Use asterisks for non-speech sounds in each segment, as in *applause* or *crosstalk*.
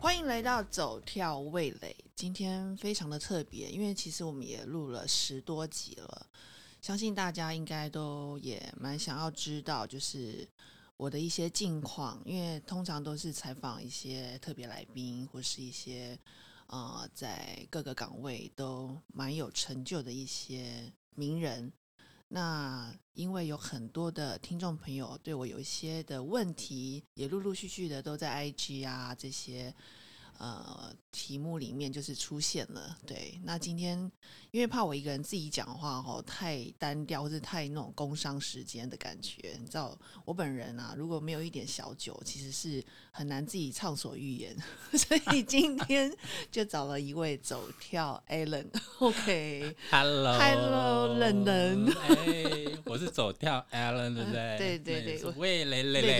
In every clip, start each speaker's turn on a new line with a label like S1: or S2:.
S1: 欢迎来到走跳味蕾。今天非常的特别，因为其实我们也录了十多集了，相信大家应该都也蛮想要知道，就是我的一些近况，因为通常都是采访一些特别来宾或是一些呃在各个岗位都蛮有成就的一些名人。那因为有很多的听众朋友对我有一些的问题，也陆陆续续的都在 IG 啊这些呃题目里面就是出现了。对，那今天因为怕我一个人自己讲话哦，太单调或是太那种工伤时间的感觉，你知道我本人啊，如果没有一点小酒，其实是很难自己畅所欲言， *laughs* 所以今天就找了一位走跳 Allen。OK，
S2: Hello
S1: Hello，冷人啊
S2: 哎，我是走跳 Alan，对不对？
S1: 对对对
S2: 那也
S1: 我
S2: 是喂雷雷
S1: 雷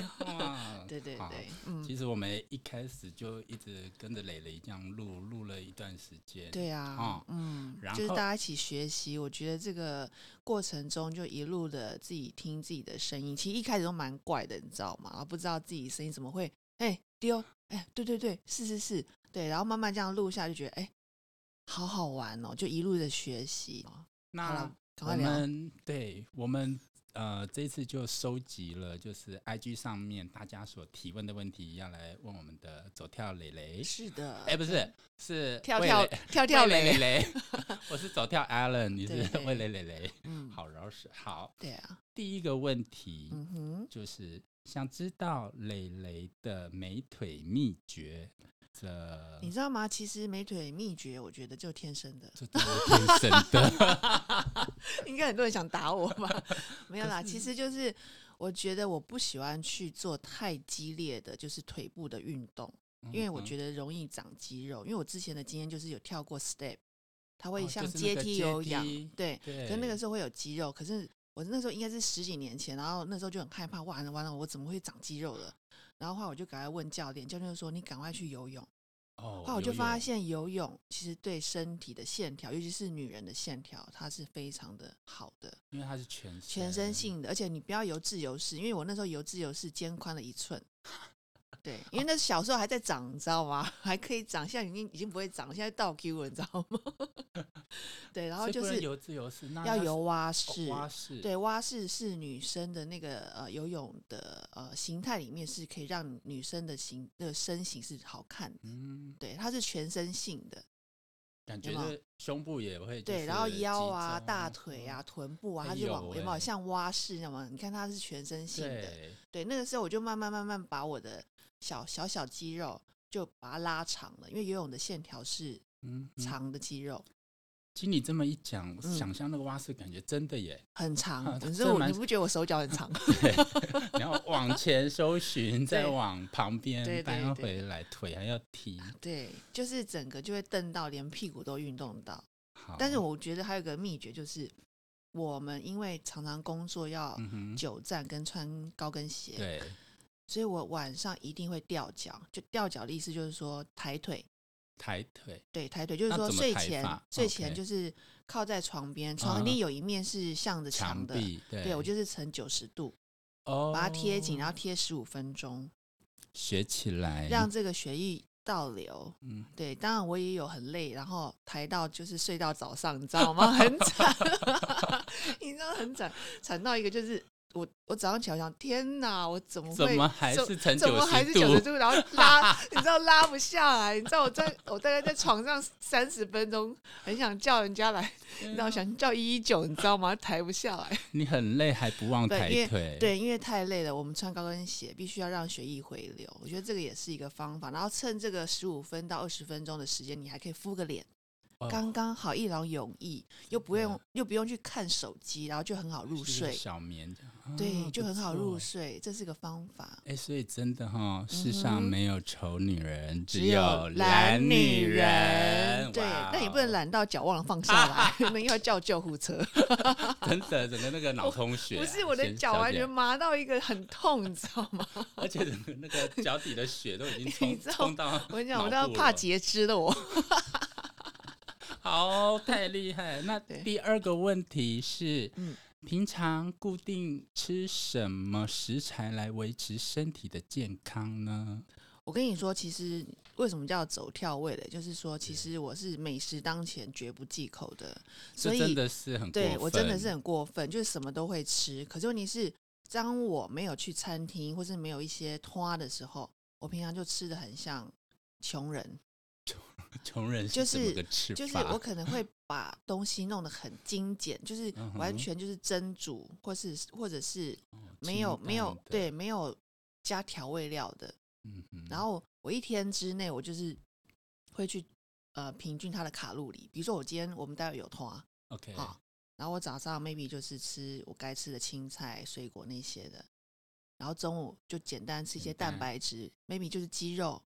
S2: 雷。哇
S1: *laughs* 对对
S2: 好
S1: 对，嗯。
S2: 其实我们一开始就一直跟着磊磊这样录，录了一段时间。
S1: 对啊，
S2: 哦
S1: 嗯，
S2: 然
S1: 就是
S2: 后
S1: 大家一起学习，我觉得这个过程中就一路的自己听自己的声音，其实一开始都蛮怪的，你知道吗？然后不知道自己声音怎么会，哎丢，哎对对对，是是是，对，然后慢慢这样录下，就觉得哎，好好玩哦，就一路的学习。哦好了，
S2: 那
S1: 赶
S2: 我
S1: 快聊。
S2: 们对我们呃这次就收集了，就是 IG 上面大家所提问的问题，要来问我们的走跳磊磊。
S1: 是的，
S2: 哎，不是，是
S1: 跳
S2: 喂
S1: 跳
S2: 雷
S1: 跳跳
S2: 喂
S1: 雷
S2: 雷，雷， *laughs* 我是走跳 Alan，你
S1: 对
S2: 是
S1: 对
S2: 喂雷雷雷。
S1: 嗯，
S2: 好饶舌。好，
S1: 对啊，
S2: 第一个问题
S1: 嗯哼，
S2: 就是想知道磊磊的美腿秘诀。这
S1: 你知道吗？其实美腿秘诀，我觉得就天生的。
S2: 这真的天
S1: *laughs*
S2: 生的，
S1: 应该很多人想打我吧？ *laughs* 没有啦，其实就是我觉得我不喜欢去做太激烈的，就是腿部的运动，
S2: 嗯
S1: 因为我觉得容易长肌肉。因为我之前的经验就是有跳过 step，它会
S2: 哦
S1: 像
S2: 就是那
S1: 阶
S2: 个
S1: 梯
S2: 阶
S1: 有氧，
S2: 梯
S1: 对，
S2: 对，
S1: 可是那个时候会有肌肉，可是我那时候应该是十几年前，然后那时候就很害怕，完了完了，我怎么会长肌肉了？然后后来我就赶快问教练，教练就说你赶快去游泳。
S2: 哦，
S1: 后来我就
S2: 有
S1: 发
S2: 有
S1: 现游泳其实对身体的线条，尤其是女人的线条，它是非常的好的。
S2: 因为它是全身
S1: 全身，性的，而且你不要游自由式，因为我那时候游自由式肩宽了一
S2: *laughs*
S1: 寸。对，因为那小时候还在长，你知道吗？ *laughs* 还可以长，现在已经已经不会长，现在倒 Q 了，你知道吗？ *laughs* 对，然后
S2: 所以
S1: 就
S2: 不能
S1: 是
S2: 游自由式，那
S1: 要
S2: 它是
S1: 游蛙
S2: 哦
S1: 式，
S2: 蛙式，
S1: 对，蛙式是女生的那个呃游泳的呃形态里面是可以让女生的形的身形是好看的，
S2: 嗯，
S1: 对，它是全身性的，
S2: 感觉
S1: 有没有
S2: 这胸部也会就
S1: 对，然后
S2: 是啊
S1: 腰
S2: 集
S1: 啊、
S2: 中
S1: 大腿啊、，臀部啊，
S2: 哎
S1: 它是往
S2: 有
S1: 有没有
S2: 欸
S1: 像蛙式那么？你看它是全身性的，
S2: 对，
S1: 对，那个时候我就慢慢慢慢把我的小小小肌肉就把它拉长了，因为游泳的线条是
S2: 嗯，嗯
S1: 长的肌肉，
S2: 经你这么一讲，我
S1: 嗯
S2: 想象那个蛙式感觉真的耶，
S1: 很长。
S2: 啊
S1: 可是
S2: 这
S1: 我
S2: 蛮
S1: 你不觉得我手脚很
S2: *laughs*
S1: 长？
S2: 你要往前
S1: *laughs*
S2: 搜寻，再
S1: 对
S2: 往旁
S1: 对对
S2: 边搬
S1: 对
S2: 回来，腿还要踢。
S1: 对，就是整个就会蹬到，连屁股都运动到。
S2: 好，
S1: 但是我觉得还有一个秘诀就是，我们因为常常工作要
S2: 嗯哼，
S1: 久站跟穿高跟鞋，
S2: 对，
S1: 所以我晚上一定会吊脚。就吊脚的意思就是说抬腿，
S2: 抬腿，
S1: 对，抬腿就是
S2: 那
S1: 说
S2: 怎么
S1: 睡
S2: 抬
S1: 前
S2: 法
S1: 睡
S2: OK
S1: 前就是靠在床边，床一
S2: 嗯
S1: 定有一面是向着墙的，
S2: 壁，对，
S1: 对我就是呈九十度，
S2: 哦，
S1: 把它贴紧，然后贴十五分钟，
S2: 学起来，
S1: 让这个血液倒流。
S2: 嗯，
S1: 对，当然我也有很累，然后抬到就是睡到早上，你知道吗？ *laughs* 很惨，你知道很惨，惨到一个就是我我早上起来我想，天哪，我怎么
S2: 怎
S1: 会
S2: 么还
S1: 怎
S2: 是成
S1: 怎么还是
S2: 十
S1: 九十
S2: 度？
S1: 度？然后拉，
S2: *laughs*
S1: 你知道拉不下来，你知道我在我大概在床上三十分钟，很想叫人家来， *laughs* 你知道想叫一一九，你知道吗？抬不下来。
S2: *laughs* 你很累还不忘
S1: 对
S2: 抬
S1: 因为
S2: 腿，，
S1: 对，因为太累了，我们穿高跟鞋必须要让血液回流，我觉得这个也是一个方法。然后趁这个十五分到二十分钟的时间，你还可以敷个脸，
S2: 哦
S1: 刚刚好一劳永逸，又不用又不用去看手机，然后就很好入
S2: 啊是一个
S1: 睡。
S2: 小棉这样，啊
S1: 对，就很好入。
S2: 不错
S1: 睡，这是个方法。
S2: 哎，所以真的哈，世
S1: 嗯
S2: 上
S1: 哼
S2: 没有丑女人，
S1: 只
S2: 有
S1: 懒
S2: 女
S1: 人，
S2: 人。
S1: 对，
S2: 哇哦啊
S1: 但也不能懒到脚忘了放下来， *laughs* 那又要叫救护车。
S2: 真的，整个那个脑充血
S1: *laughs*
S2: 啊、
S1: 不是我的
S2: 先
S1: 脚
S2: 小
S1: 完
S2: 姐
S1: 全麻到一个很痛，你知道吗？
S2: 而且整个那个脚底的血都
S1: *laughs*
S2: 已经
S1: 你
S2: 冲
S1: 知道
S2: 冲到脑部
S1: 我
S2: 了，
S1: 跟你讲，我都要怕截肢了，我。
S2: 好，哦太厉害。那
S1: 对
S2: 第二个问题是，
S1: 嗯
S2: 平常固定吃什么食材来维持身体的健康呢？
S1: 我跟你说，其实为什么叫走跳味蕾，就是说，其实我是美食当前绝不忌口的，所
S2: 这真
S1: 以
S2: 的是很过
S1: 对我真的
S2: 分
S1: 是很过分，就是什么都会吃。可是问题是，当我没有去餐厅或是没有一些拖的时候，我平常就吃的很像穷人，
S2: 穷人
S1: 就
S2: 怎么
S1: 是
S2: 个吃
S1: 就是
S2: 法
S1: 我可能
S2: *laughs*
S1: 会把东西弄得很精简，就是
S2: 嗯哼
S1: 完全就是蒸煮，或是或者是
S2: 哦
S1: 没有
S2: 清
S1: 没有
S2: 淡的
S1: 对没有加调味料的。
S2: 嗯哼
S1: 然后我一天之内，我就是会去呃平均它的卡路里。比如说我今天我们待会有拖，
S2: OK
S1: 好，然后我早上 maybe 就是吃我该吃的青菜、水果那些的，然后中午就简单吃一些
S2: 简单
S1: 蛋白质，maybe 就是鸡肉，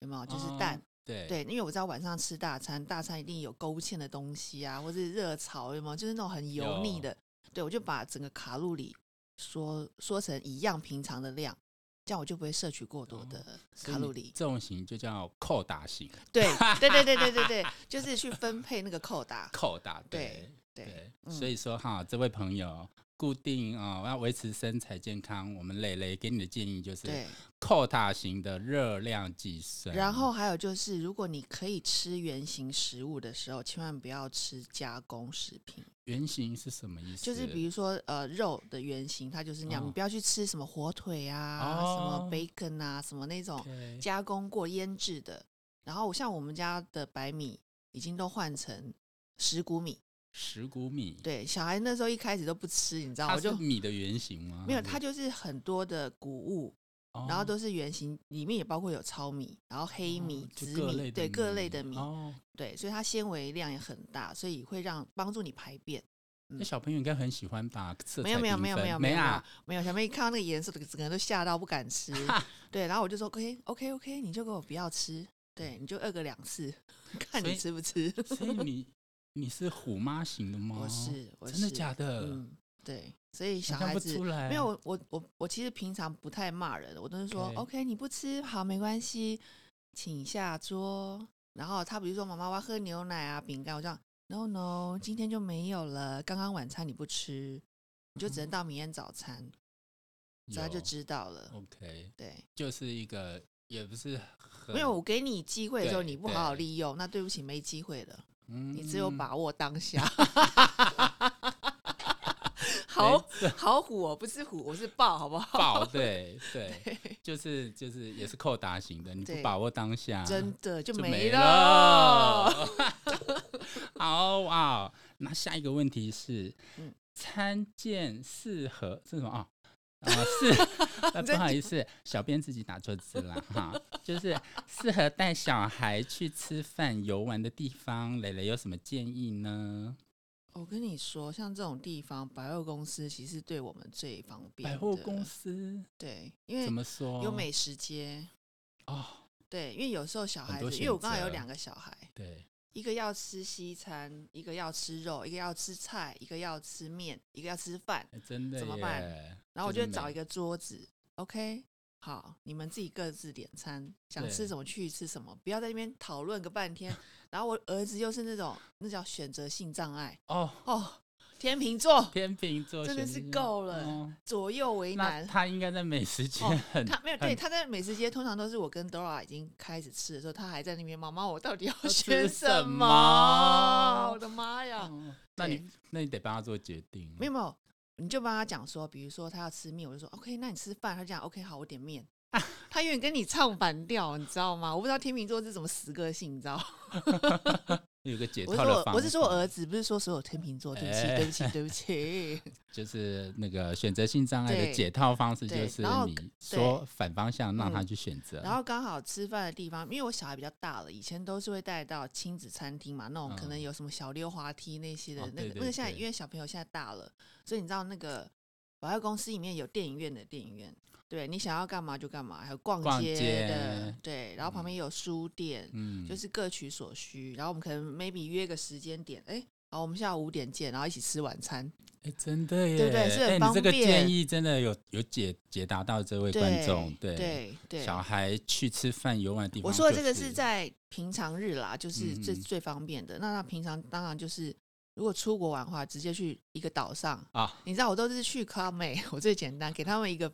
S1: 有没有？就是
S2: 哦
S1: 蛋，
S2: 对
S1: 对，因为我知道晚上吃大餐，大餐一定有勾芡的东西啊，或是热炒，有没有？就是那种很油腻
S2: 有
S1: 的。对，我就把整个卡路里说说成一样平常的量，这样我就不会摄取过多
S2: 哦
S1: 的
S2: 所以
S1: 卡路
S2: 你
S1: 里。
S2: 这种型就叫扣打型，
S1: *laughs* 对，对，对，对，对，对，对，就是去分配那个扣打。
S2: 扣打
S1: 对对，
S2: 对，
S1: 嗯
S2: 所以说哈，这位朋友。固定啊、哦，要维持身材健康，我们蕾蕾给你的建议就是
S1: 对，
S2: 扣塔型的热量计算，
S1: 然后还有就是，如果你可以吃原形食物的时候，千万不要吃加工食品。
S2: 原型是什么意思？
S1: 就是比如说呃肉的原型，它就是那样，
S2: 哦
S1: 你不要去吃什么火腿啊、
S2: 哦
S1: 什么 bacon 啊、什么那种
S2: OK
S1: 加工过腌制的。然后像我们家的白米已经都换成石谷米，
S2: 石谷米，，
S1: 对，小孩那时候一开始都不吃，你知道，
S2: 它
S1: 我
S2: 是
S1: 就
S2: 米的原型吗？
S1: 没有，
S2: 还是
S1: 它就是很多的谷物，
S2: 哦
S1: 然后都是原型，里面也包括有糙米，然后黑
S2: 哦
S1: 米、
S2: 就
S1: 紫
S2: 各
S1: 米，
S2: 类
S1: 对，各类的米，
S2: 哦，
S1: 对，所以它纤维量也很大，所以会让帮助你排便。
S2: 那小朋友应该很喜欢吧？色
S1: 嗯没
S2: 彩
S1: 有没有
S2: 缤
S1: 没有
S2: 纷
S1: 没有
S2: 没
S1: 有
S2: 啊，
S1: 没有，小妹一看到那个颜色，整个人都吓到不敢吃。对，然后我就说 OK OK OK，你就给我不要吃，对，你就饿个两次， *laughs* 看
S2: 所
S1: 你
S2: 以
S1: 吃不吃。
S2: 所以
S1: *laughs*
S2: 你你是虎妈型的吗？
S1: 我是我是
S2: 哦真的假的？
S1: 嗯，对，所以小
S2: 想象
S1: 孩
S2: 不
S1: 子
S2: 出来，
S1: 没有我我我我其实平常不太骂人，我都是说
S2: 嗯 OK
S1: OK 你不吃好没关系，请下桌。然后他比如说妈妈我要喝牛奶啊饼干，我这样 No No，今天就没有了，刚刚晚餐你不吃，你就只能到明天早餐，所以他就
S2: 嗯有
S1: 知道了。
S2: OK，
S1: 对，
S2: 就是一个也不是很
S1: 没有，我给你机会的时候，
S2: 对
S1: 你不好好
S2: 对嗯
S1: 利用，那对不起，没机会了。你
S2: 你
S1: 只有把握当
S2: *laughs*
S1: 下。好好虎哦，不是虎，我是豹，好不好？
S2: 爆，对
S1: *laughs*
S2: 对，就是就是也是扣打型的，你不
S1: 对
S2: 把握当下，
S1: 真的就
S2: 啊就
S1: 没了。 *laughs*
S2: 了。好哇、哦那下一个问题是，
S1: 嗯
S2: 参见适合是什么啊？啊、
S1: *laughs*
S2: 是呃，不好意思，小编自己打错字了哈。就是适合带小孩去吃饭游玩的地方，蕾蕾有什么建议呢？
S1: 我跟你说，像这种地方，百货公司其实对我们最方便的。
S2: 百货公司
S1: 对，因为
S2: 怎么说？
S1: 有嗯美食街。
S2: 哦，
S1: 对，因为有时候小
S2: 很
S1: 孩
S2: 多
S1: 子，因为我
S2: 选
S1: 刚好有
S2: 择
S1: 两个小孩，
S2: 对，
S1: 一个要吃西餐，一个要吃肉，一个要吃菜，一个要吃面，一个要吃饭。
S2: 哎真的
S1: 怎么办
S2: 耶
S1: 然后我
S2: 真
S1: 就
S2: 的
S1: 找
S2: 美
S1: 一个桌子，OK，好，你们自己各自点餐，想
S2: 对
S1: 吃什么去吃什么，不要在那边讨论个半
S2: *laughs*
S1: 天。然后我儿子又是那种那叫选择性障碍
S2: 哦，
S1: 哦，天秤座
S2: 天秤座
S1: 真的
S2: 选
S1: 是
S2: 项
S1: 够了
S2: 哦
S1: 左右为
S2: 那
S1: 难。
S2: 他应该在美食街
S1: 哦
S2: 很、
S1: 他没有
S2: 很
S1: 对，他在美食街通常都是我跟 Dora 已经开始吃的时候，他还在那边，妈妈，我到底要
S2: 吃
S1: 选
S2: 什
S1: 什
S2: 么
S1: 么？我的妈呀！
S2: 哦那
S1: 嗯对
S2: 你那你得帮他做决定，
S1: 没有没有，你就帮他讲说，比如说他要吃面，我就说 OK，那你吃饭，他就讲 OK，好，我点面。
S2: 啊
S1: 他永远跟你唱反调，你知道吗？我不知道天秤座是怎么死个性，你知道？
S2: 有个解
S1: 我是
S2: 套
S1: 说
S2: 的
S1: 我，
S2: 方
S1: 我是说我呃
S2: 法
S1: 儿子，不是说所有天秤座。对不起，
S2: 哎
S1: 对不起，对不起。
S2: 就是那个选择性障碍的
S1: 对
S2: 解套方式，就
S1: 对
S2: 是
S1: 然后
S2: 你说反方向让
S1: 嗯
S2: 他去选择，
S1: 然后刚好吃饭的地方，因为我小孩比较大了，以前都是会带到亲子餐厅嘛，那种可能有什么小溜滑梯那些的，
S2: 嗯哦
S1: 那
S2: 对
S1: 个
S2: 对
S1: 那个现在
S2: 对
S1: 因为小朋友现在大了，所以你知道那个百货公司里面有电影院的电影院，对你想要干嘛就干嘛，还有逛
S2: 逛
S1: 街的，
S2: 街
S1: 对，然后旁边有书店，
S2: 嗯，
S1: 就是各取所需，然后我们可能 maybe 约个时间点，哎。好，我们下午五点见，然后一起吃晚餐。
S2: 哎、真的耶，
S1: 对不对是很
S2: 哎你
S1: 方
S2: 这个建
S1: 便
S2: 议真的有有解解答到这位
S1: 对
S2: 观众，对
S1: 对对，
S2: 小孩去吃饭游玩的地方、
S1: 我
S2: 就是，
S1: 说的这个是在平常日啦，就是最
S2: 嗯
S1: 最方便的。那那平常当然就是如果出国玩的话，直接去一个岛上。
S2: 啊，
S1: 你知道我都是去 Club Med，我 *laughs* 最简单，给他们一个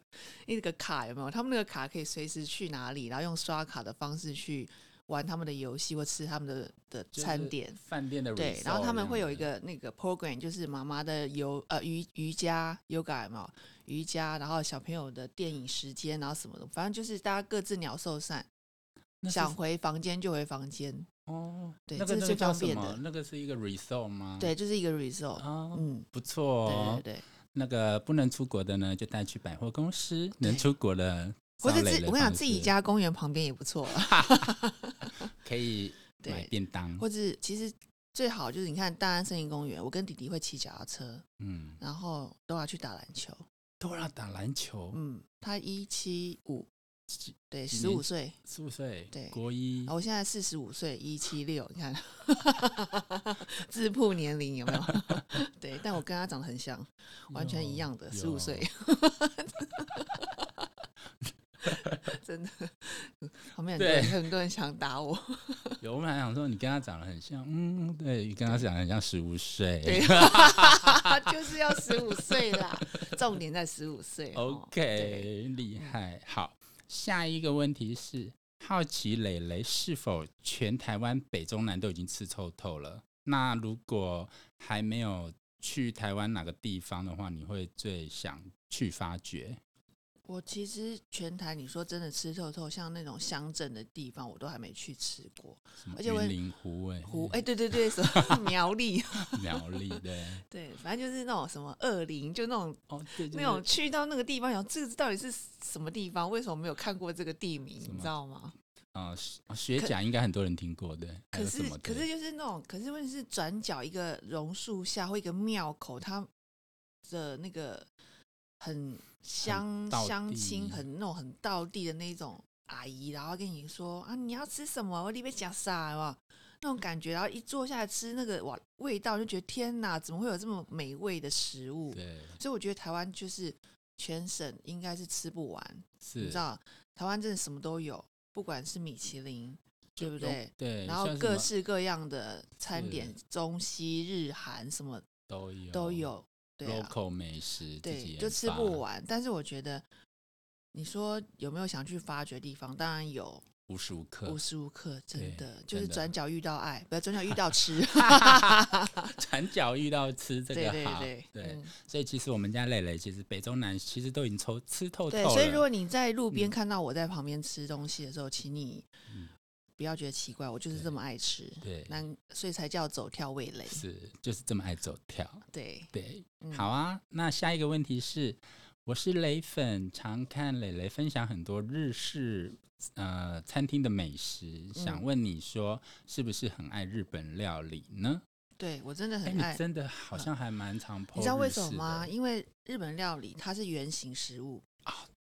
S1: 一个卡有没有？他们那个卡可以随时去哪里，然后用刷卡的方式去玩他们的游戏或吃他们的的
S2: 就是
S1: 餐点。
S2: 饭店的 resort 这样
S1: 对
S2: 子，，
S1: 然后他们会有一个那个 program，就是妈妈的游呃瑜瑜伽 yoga 有没有瑜伽，然后小朋友的电影时间，然后什么的，反正就是大家各自鸟兽散，
S2: 那是
S1: 想回房间就回房间。
S2: 哦，
S1: 对
S2: 那个
S1: 这是
S2: 那个
S1: 最
S2: 叫
S1: 方
S2: 什
S1: 便
S2: 么
S1: 的
S2: 那个是一个 resort 吗？
S1: 对，就是一个 result。
S2: 啊，
S1: 嗯，
S2: 不错
S1: 对
S2: 哦
S1: 对。对，
S2: 那个不能出国的呢，就带去百货公司；能出国的，
S1: *laughs* 或者
S2: 找
S1: 自
S2: 磊磊
S1: 我跟你讲，
S2: 帮
S1: 自己
S2: 吃
S1: 家公园旁边也不错啊
S2: *laughs*
S1: 啦。
S2: 可以买
S1: 对，
S2: 便当。
S1: 或者其实最好就是你看大安森林公园，我跟弟弟会骑脚踏车，
S2: 嗯，
S1: 然后都要去打篮球。
S2: 多拉打篮球，
S1: 嗯，他一七五，对，
S2: 几
S1: 十
S2: 年
S1: 五岁。
S2: 十五岁，
S1: 对
S2: 国一
S1: 啊，我现在四十五岁，一七六，你看， *laughs* 自曝年龄有没有？ *laughs* 对，但我跟他长得很像，完全一样的，
S2: 有
S1: 十五岁， *laughs* 真的，旁边很多
S2: 对
S1: 人很多人想打我，
S2: 有，我们还想说你跟他长得很像，嗯，对，你跟他长得很像十五岁。
S1: 对， *laughs* 就是要十五岁啦，重点在十五岁哦。对
S2: OK，厉害。好，下一个问题是，好奇磊磊是否全台湾北中南都已经吃臭透了？那如果还没有去台湾哪个地方的话，你会最想去发掘？
S1: 我其实全台你说真的吃透透，像那种乡镇的地方，我都还没去吃过。
S2: 什么
S1: 而且我
S2: 云林湖、哎，
S1: 湖，哎、对对对，什么 *laughs* 苗栗，
S2: *laughs* 苗栗对，
S1: *laughs* 对，反正就是那种什么二林，就那种
S2: 哦，对，就
S1: 那
S2: 是
S1: 种去到那个地方，想这个到底是什么地方？为什么没有看过这个地名？
S2: 什
S1: 你
S2: 么
S1: 知道吗？
S2: 呃，是学甲应该很多人听过，对。还
S1: 可
S2: 有
S1: 是
S2: 什么
S1: 可
S2: 的
S1: 是就是那种，可是问题是转角一个榕树下或一个庙口，它的那个很乡
S2: 道
S1: 乡亲
S2: 地
S1: 很那种很道地的那种阿姨，然后跟你说啊你要吃什么，我里面夹啥哇。那种感觉，然后一坐下来吃那个哇味道，就觉得天哪，怎么会有这么美味的食物？
S2: 对，
S1: 所以我觉得台湾就是全省应该是吃不完，
S2: 是，
S1: 你知道，台湾真的什么都有，不管是米其林，对不
S2: 有
S1: 对？
S2: 对，
S1: 然后
S2: 像什
S1: 各
S2: 么
S1: 式各样的餐
S2: 是
S1: 点，中西日韩什么
S2: 都有
S1: 都有，对啊，
S2: local 美食，自己
S1: 对，
S2: 研
S1: 就吃
S2: 发
S1: 不，完。但是我觉得，你说有没有想去发掘的地方？当然有，
S2: 无时无刻
S1: 无时无刻，真
S2: 对
S1: 的就是
S2: 真的
S1: 转角遇到爱，不是转角遇到吃，
S2: 转角遇到吃 *laughs*
S1: *laughs*
S2: 这
S1: 对
S2: 个
S1: 对
S2: 好，
S1: 对嗯
S2: 所以其实我们家磊磊其实北中南其实都已经抽吃透透
S1: 对，
S2: 了。
S1: 所以如果你在路边看到我在旁边吃东西的时候，请你
S2: 嗯
S1: 不要觉得奇怪，我就是这么爱吃，
S2: 对
S1: 那所以才叫走跳味蕾。
S2: 是就是这么爱走跳，
S1: 对，
S2: 对，
S1: 嗯
S2: 好啊。那下一个问题是，我是雷粉，常看磊磊分享很多日式呃餐厅的美食，想
S1: 嗯
S2: 问你说是不是很爱日本料理呢？
S1: 对我真的
S2: 哎，
S1: 很
S2: 你
S1: 爱。
S2: 真的好像还蛮常 po
S1: 你知道为
S2: 日
S1: 什么
S2: 式的哦
S1: 吗？？因为日本料理它是原型食物，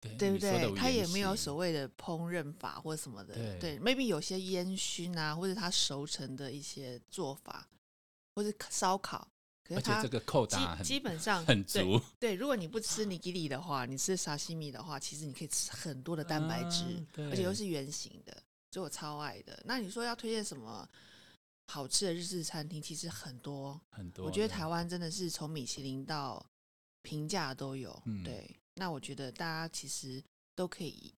S2: 对，
S1: 对不
S2: 哎你说的
S1: 对？它
S2: 原
S1: 也没有
S2: 型
S1: 所谓的烹饪法或什么的，
S2: 对
S1: m a y b e 有些烟熏啊，或者它熟成的一些做法，或者烧烤，可
S2: 而
S1: 是
S2: 且
S1: 它
S2: 这个扣打
S1: 基
S2: 很
S1: 基本上
S2: 很
S1: 对
S2: 足，
S1: 对，如果你不吃尼基里的话，你吃沙西米的话，其实你可以吃很多的蛋白质，
S2: 啊对
S1: 而且又是圆形的，所以我超爱的。那你说要推荐什么好吃的日式餐厅？其实很多，
S2: 很多的。
S1: 我觉得台湾真的是从米其林到平价都有。
S2: 嗯
S1: 对，那我觉得大家其实都可以。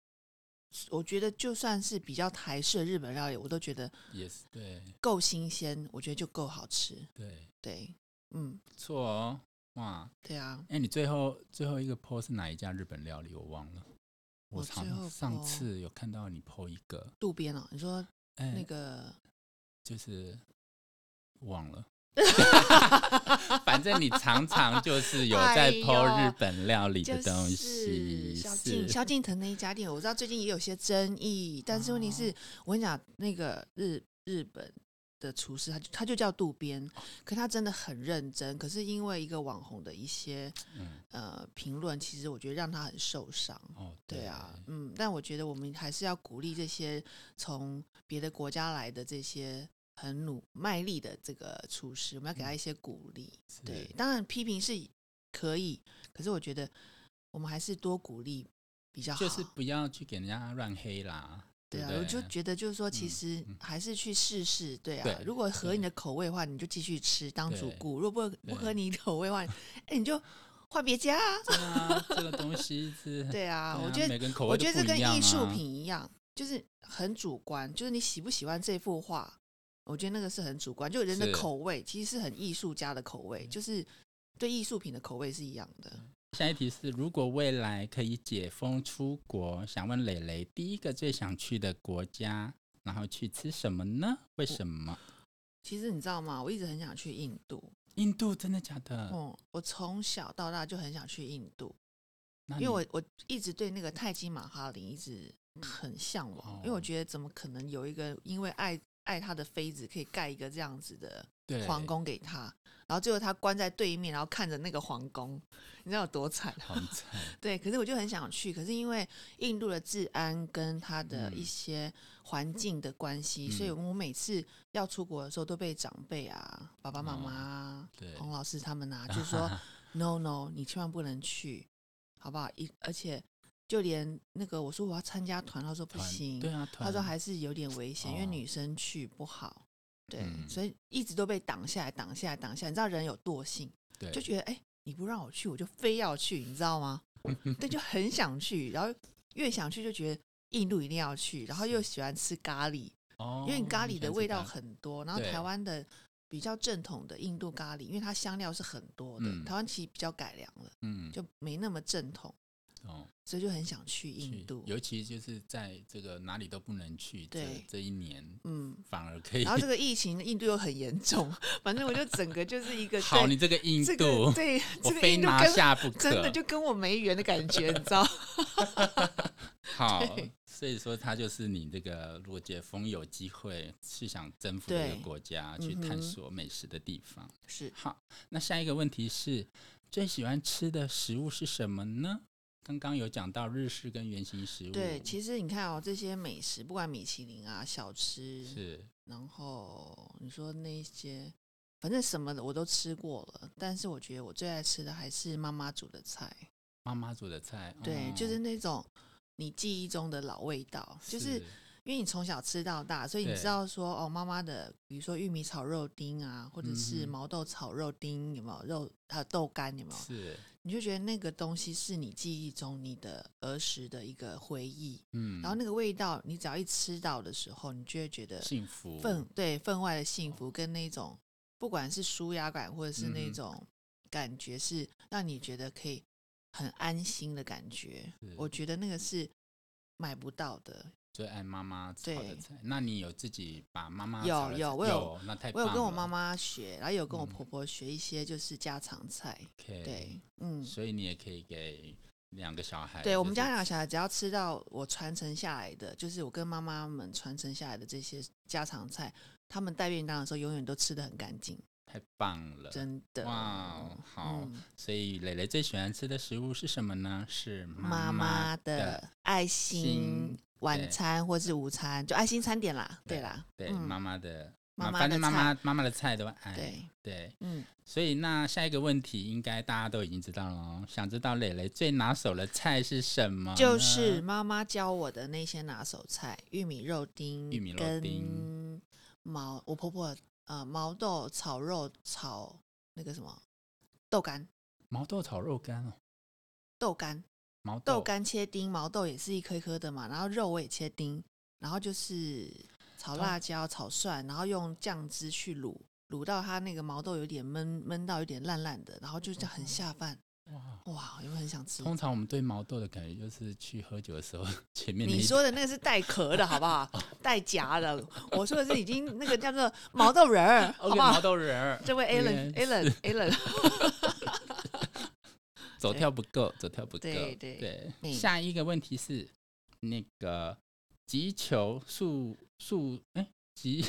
S1: 我觉得就算是比较台式的日本料理，我都觉得
S2: 也是对
S1: 够新鲜，我觉得就够好吃。
S2: 对，
S1: 对，嗯，
S2: 不错哦，哇！
S1: 对啊，
S2: 哎，你最后最后一个 PO 是哪一家日本料理？我忘了。
S1: 我
S2: 常
S1: 最后
S2: 上
S1: po
S2: 次有看到你 PO 一个，
S1: 渡边哦，你说
S2: 哎，
S1: 那个
S2: 就是忘
S1: *laughs*
S2: 了。反正你常常就是有在
S1: 哎呦
S2: PO 日本料理
S1: 就
S2: 的
S1: 是
S2: 东西，
S1: 萧敬萧敬腾那一家店，我知道最近也有些争议，但是问题
S2: 哦
S1: 是，我跟你讲，那个日日本的厨师，他就他就叫渡边，
S2: 哦
S1: 可他真的很认真。可是因为一个网红的一些
S2: 嗯
S1: 呃评论，其实我觉得让他很受伤。
S2: 哦，
S1: 对啊，嗯，但我觉得我们还是要鼓励这些从别的国家来的这些很努卖力的这个厨师，我们要
S2: 嗯
S1: 给他一些鼓励。
S2: 是
S1: 对，当然批评是可以，可是我觉得我们还是多鼓励比较好。
S2: 就是不要去给人家乱黑啦。
S1: 对啊
S2: 对，不
S1: 我
S2: 对
S1: 就觉得就是说，其
S2: 嗯
S1: 实
S2: 嗯
S1: 还是去试试，对啊。
S2: 对
S1: 如果合
S2: 对
S1: 你的口味的话，你就继续吃当主
S2: 对
S1: 顾；如果不不合
S2: 对
S1: 你口味的话，哎，你就换别
S2: *laughs*
S1: 家啊。
S2: 对啊，这个东西是，
S1: *laughs* 对啊，
S2: 对
S1: 我
S2: 啊
S1: 觉得
S2: 每个人口味
S1: 我
S2: 都
S1: 觉得这
S2: 不
S1: 跟
S2: 一样
S1: 艺术
S2: 啊
S1: 品一样，就是很主观，就是你喜不喜欢这幅画，我觉得那个是很主观，就人的
S2: 是嗯
S1: 口味其实是很艺术家的口味，就是对艺术品的口味是一样的。
S2: 下一题是：如果未来可以解封出国，想问磊磊第一个最想去的国家，然后去吃什么呢？为什么？
S1: 其实你知道吗？我一直很想去印度，
S2: 印度真的假的？
S1: 嗯，我从小到大就很想去印度，
S2: 那
S1: 因为
S2: 你嗯
S1: 我我一直对那个泰姬玛哈林一直很向往，因为我
S2: 哦
S1: 觉得怎么可能有一个因为爱爱他的妃子可以盖一个这样子的
S2: 对
S1: 皇，宫给他，然后最后他关在对面，然后看着那个皇宫，你知道有多惨 *laughs* 啊？
S2: 好惨，
S1: 对，可是我就很想去，可是因为印度的治安跟它的一
S2: 嗯
S1: 些环境的关系，所以我每次要出国的时候都被长辈啊、爸爸妈
S2: 哦
S1: 妈、啊、 *laughs*
S2: 对
S1: 洪老师他们啊，就说 “no no”，你千万不能去，好不好？一而且就连那个我说我要参加团，他说不
S2: *laughs* 团
S1: 行，
S2: 对啊，
S1: 他说
S2: 团
S1: 还是有点危险，因为
S2: 哦
S1: 女生去不好。对，
S2: 嗯
S1: 所以一直都被挡下来、挡下来、挡下来。你知道人有惰性，
S2: 对
S1: 就觉得哎、你不让我去，我就非要去，你知道吗？ *laughs* 对，就很想去，然后越想去就觉得印度一定要去，然后又喜欢吃咖喱，
S2: 哦
S1: 因为咖喱的味道，
S2: 你喜欢吃
S1: 很多。然后
S2: 对
S1: 台湾的比较正统的印度咖喱，因为它香料是很多的，
S2: 嗯
S1: 台湾其实比较改良了，
S2: 嗯，
S1: 就没那么正统，
S2: 哦，
S1: 所以就很想去
S2: 去
S1: 印度。
S2: 尤其就是在这个哪里都不能去，
S1: 对
S2: 这这一年 *laughs*
S1: 嗯，
S2: 反而可以
S1: 然。后这个疫情，印度又很严重，反正我就整个就是一
S2: *laughs*
S1: 个
S2: 好，
S1: 对
S2: 你这个印
S1: 这
S2: 度
S1: 个，对
S2: 我
S1: 这个
S2: 非
S1: 印度
S2: 拿
S1: 跟
S2: 下不
S1: *laughs*
S2: 可，
S1: 真的就跟我没缘的感觉，你知
S2: *laughs*
S1: 道？
S2: 好
S1: 对，
S2: 所以说它就是你这个如果解封有机会去想征服这个
S1: 对
S2: 国家，去
S1: 嗯
S2: 探
S1: 哼
S2: 索美食的地方。
S1: 是
S2: 好，那下一个问题是最喜欢吃的食物是什么呢？刚刚有讲到日式跟圆形食物，
S1: 对，其实你看哦，这些美食，不管米其林啊、小吃，
S2: 是
S1: 然后你说那些，反正什么的我都吃过了，但是我觉得我最爱吃的还是妈妈煮的菜，
S2: 妈妈煮的菜，
S1: 对，
S2: 哦
S1: 就是那种你记忆中的老味道，就是因为你从小吃到大，所以你
S2: 对
S1: 知道说哦，妈妈的，比如说玉米炒肉丁啊，或者是
S2: 嗯哼
S1: 毛豆炒肉丁，有没有肉还有豆干有没有？
S2: 是，
S1: 你就觉得那个东西是你记忆中你的儿时的一个回忆，
S2: 嗯，
S1: 然后那个味道，你只要一吃到的时候，你就会觉得
S2: 幸福
S1: 分对分外的幸福，跟那种不管是舒压感，或者是
S2: 嗯
S1: 那
S2: 哼
S1: 种感觉，是让你觉得可以很安心的感觉
S2: 是。
S1: 我觉得那个是买不到的。
S2: 最爱妈妈炒的
S1: 对
S2: 菜。那你有自己把妈妈
S1: 有
S2: 炒的菜
S1: 有我有
S2: 有，那太
S1: 我有
S2: 棒
S1: 跟我
S2: 了
S1: 妈妈学，然后有跟我
S2: 嗯
S1: 婆婆学一些就是家常菜。
S2: ，OK，
S1: 对，嗯，
S2: 所以你也可以给两个小孩，
S1: 对我们
S2: 就是
S1: 家两个小孩，只要吃到我传承下来的，就是我跟妈妈们传承下来的这些家常菜，他们带便当的时候永远都吃的很干净，
S2: 太棒了，
S1: 真的。
S2: 哇哦，好，
S1: 嗯
S2: 所以蕾蕾最喜欢吃的食物是什么呢？是
S1: 妈
S2: 妈
S1: 妈的爱心
S2: 心对
S1: 晚餐或是午餐，就爱心餐点啦，
S2: 对
S1: 对啦，
S2: 对、
S1: 嗯
S2: 妈妈的，
S1: 妈
S2: 妈
S1: 妈
S2: 反
S1: 的
S2: 正妈
S1: 菜
S2: 妈哎妈妈的菜都爱，
S1: 对，
S2: 对，
S1: 嗯，
S2: 所以那下一个问题应该大家都已经知道了哦，想知道蕾蕾最拿手的菜是什么呢？
S1: 就是妈妈教我的那些拿手菜，玉米肉丁，
S2: 玉米肉丁，
S1: 毛我婆婆呃毛豆炒肉炒那个什么豆干。
S2: 毛豆炒肉干哦，
S1: 豆干，
S2: 毛豆
S1: 豆干切丁，毛豆也是一颗一颗的嘛，然后肉我也切丁，然后就是炒
S2: 哦
S1: 辣椒、炒蒜，然后用酱汁去卤，卤到它那个毛豆有点闷闷到有点烂烂的，然后就这样很下饭。
S2: 哇。
S1: 哇，有没有很想吃？
S2: 通常我们对毛豆的感觉就是去喝酒的时候， *laughs* 前面那
S1: 你
S2: 一
S1: 说的那个是带壳的好不
S2: *laughs*
S1: 好？带夹的，我说的是已经那个叫做毛豆仁
S2: *laughs*
S1: 儿，好
S2: 哦，
S1: 不
S2: 毛
S1: 好？
S2: 豆仁儿，
S1: 这位 Alan
S2: OK，
S1: Alan Alan，
S2: 走跳不够，走跳不够。
S1: 对对嗯
S2: 下一个问题是那个击球速速哎击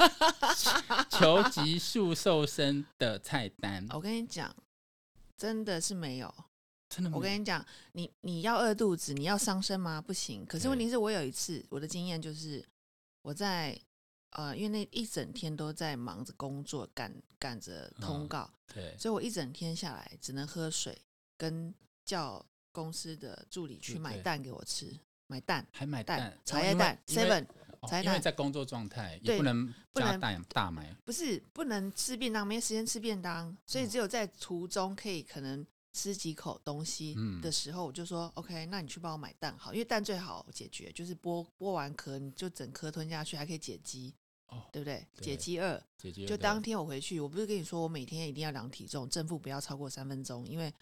S2: *laughs* 球击速瘦身的菜单，
S1: 我跟你讲，真的是没有。
S2: 真的吗
S1: 我跟你讲，你你要饿肚子，你要伤身吗？不行。可是
S2: 对
S1: 问题是我有一次，我的经验就是我在呃，因为那一整天都在忙着工作，赶赶着通
S2: 嗯
S1: 告，
S2: 对
S1: 所以我一整天下来只能喝水，跟叫公司的助理去
S2: 对
S1: 买
S2: 对
S1: 蛋给我吃。买蛋、
S2: 还买
S1: 蛋
S2: 蛋、哦
S1: 茶叶蛋、
S2: 因为
S1: seven，
S2: 哦
S1: 茶叶
S2: 因为
S1: 蛋
S2: 在工作状态也
S1: 对
S2: 不能
S1: 不
S2: 加
S1: 能
S2: 大大买，
S1: 不是不能吃便当，没时间吃便当，所
S2: 嗯
S1: 以只有在途中可以可能吃几口东西
S2: 嗯
S1: 的时候，我就说 OK，那你去帮我买蛋好，因为蛋最好解决，就是剥剥完壳你就整颗吞下去，还可以解饥，
S2: 哦
S1: 对不对？
S2: 对
S1: 解饥饿。
S2: 姐姐
S1: 就
S2: 的
S1: 当天我回去，我不是跟你说我每天一定要量体重，正负不要超过三分钟，因为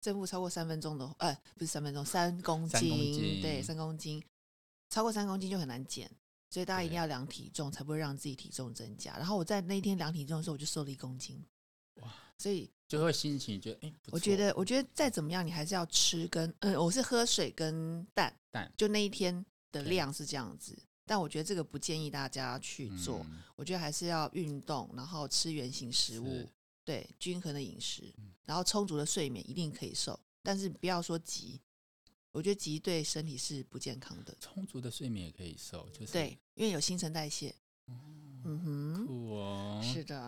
S1: 正负超过三分钟的，呃，不是三分钟，三公斤，
S2: 三公斤
S1: 对，三公斤，超过三公斤就很难减，所以大家一定
S2: 对
S1: 要量体重，才不会让自己体重增加。然后我在那一天量体重的时候，我就瘦了一公斤，
S2: 哇，
S1: 所以
S2: 就会心情觉得，哎、不
S1: 我觉
S2: 错
S1: 得，我觉得再怎么样，你还是要吃跟，嗯，我是喝水跟蛋，
S2: 蛋
S1: 就那一天的
S2: 对
S1: 量是这样子，但我觉得这个不建议大家去做。
S2: 嗯
S1: 我觉得还是要运动，然后吃原形食物
S2: 是，
S1: 对均衡的饮食
S2: 嗯，
S1: 然后充足的睡眠，一定可以瘦。但是不要说急，我觉得急对身体是不健康的。
S2: 充足的睡眠也可以瘦，就是
S1: 对，因为有新陈代谢。
S2: 哦
S1: 嗯
S2: 酷哦
S1: 哼，。是的，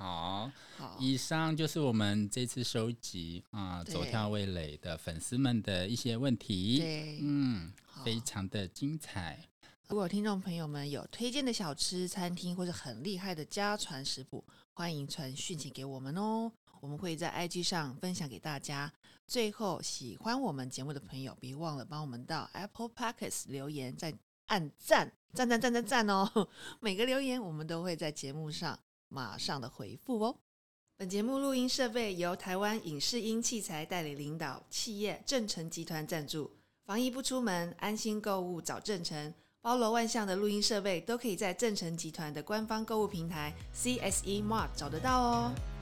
S2: 好，
S1: 好，
S2: 以上就是我们这次收集啊、
S1: 哦对
S2: 走跳味蕾的粉丝们的一些问题，
S1: 对。
S2: 嗯，
S1: 好
S2: 非常的精彩。
S1: 如果听众朋友们有推荐的小吃、餐厅或者很厉害的家传食谱，欢迎传讯息给我们哦，我们会在 IG 上分享给大家。最后，喜欢我们节目的朋友，别忘了帮我们到 Apple Podcasts 留言，再按赞，赞赞赞赞赞哦！ *laughs* 每个留言我们都会在节目上马上的回复哦。本节目录音设备由台湾影视音器材代理领导企业正成集团赞助。防疫不出门，安心购物找正成。包罗万象的录音设备都可以在正成集团的官方购物平台 CSE Mart E 找得到哦。